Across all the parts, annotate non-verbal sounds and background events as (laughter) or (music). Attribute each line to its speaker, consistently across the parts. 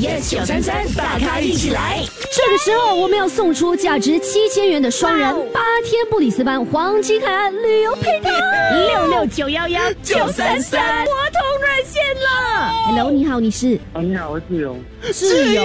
Speaker 1: yes 九三三，大咖一起来。
Speaker 2: 这个时候，我们要送出价值七千元的双
Speaker 1: 哦
Speaker 2: 人八天布里斯班黄金海岸旅游配套，
Speaker 1: 六六九幺幺九三三，
Speaker 2: 活通热线了。Hello，你好，你是
Speaker 3: 啊，你好，我是志勇。
Speaker 4: 哎
Speaker 2: 挚友。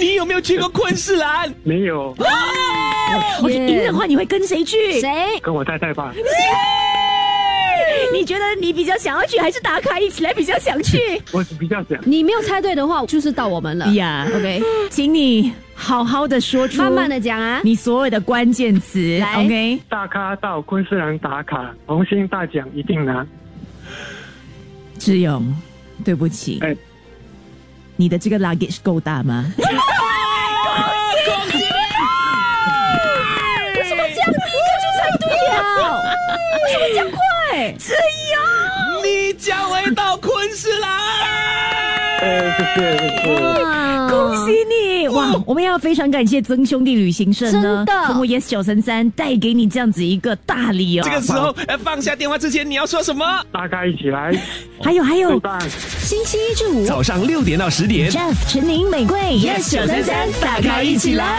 Speaker 4: 你有没有去过昆士兰？
Speaker 3: 没有，
Speaker 1: 我赢的话，你会跟谁去？
Speaker 2: 谁？
Speaker 3: 跟我太太吧。
Speaker 1: 你觉得你比较想要去，还是打卡一起来比较想去？
Speaker 3: 我比较想，
Speaker 2: 你没有猜对的话，就是到我们了。
Speaker 1: 呀
Speaker 2: OK，
Speaker 1: 请你好好的说出，
Speaker 2: 慢慢的讲啊。
Speaker 1: 你所有的关键词
Speaker 2: 来
Speaker 1: ，OK？
Speaker 3: 大咖到昆士兰打卡，红星大奖一定拿。
Speaker 1: 志勇，对不起，
Speaker 3: 哎
Speaker 1: 你的这个 luggage 够大吗？
Speaker 2: 为什么这样？第一个就猜对了，为什么这样快？
Speaker 4: 你将会到昆士兰。
Speaker 3: 哎，谢谢，谢谢。
Speaker 1: (laughs) 恭
Speaker 2: 啊
Speaker 1: 喜你！哇，我们要非常感谢曾兄弟旅行社呢，
Speaker 2: 嗯真的
Speaker 1: 通过 Yes 九三三带给你这样子一个大礼哦。
Speaker 4: (laughs) 这个时候，呃，放下电话之前你要说什么？
Speaker 3: 大咖一起来，
Speaker 1: 还有还有
Speaker 3: 最棒。
Speaker 2: 星期一至五，
Speaker 4: 早上六点到十点。
Speaker 1: ，Jeff、陈宁、玫瑰 Yes 九三三，大咖一起来。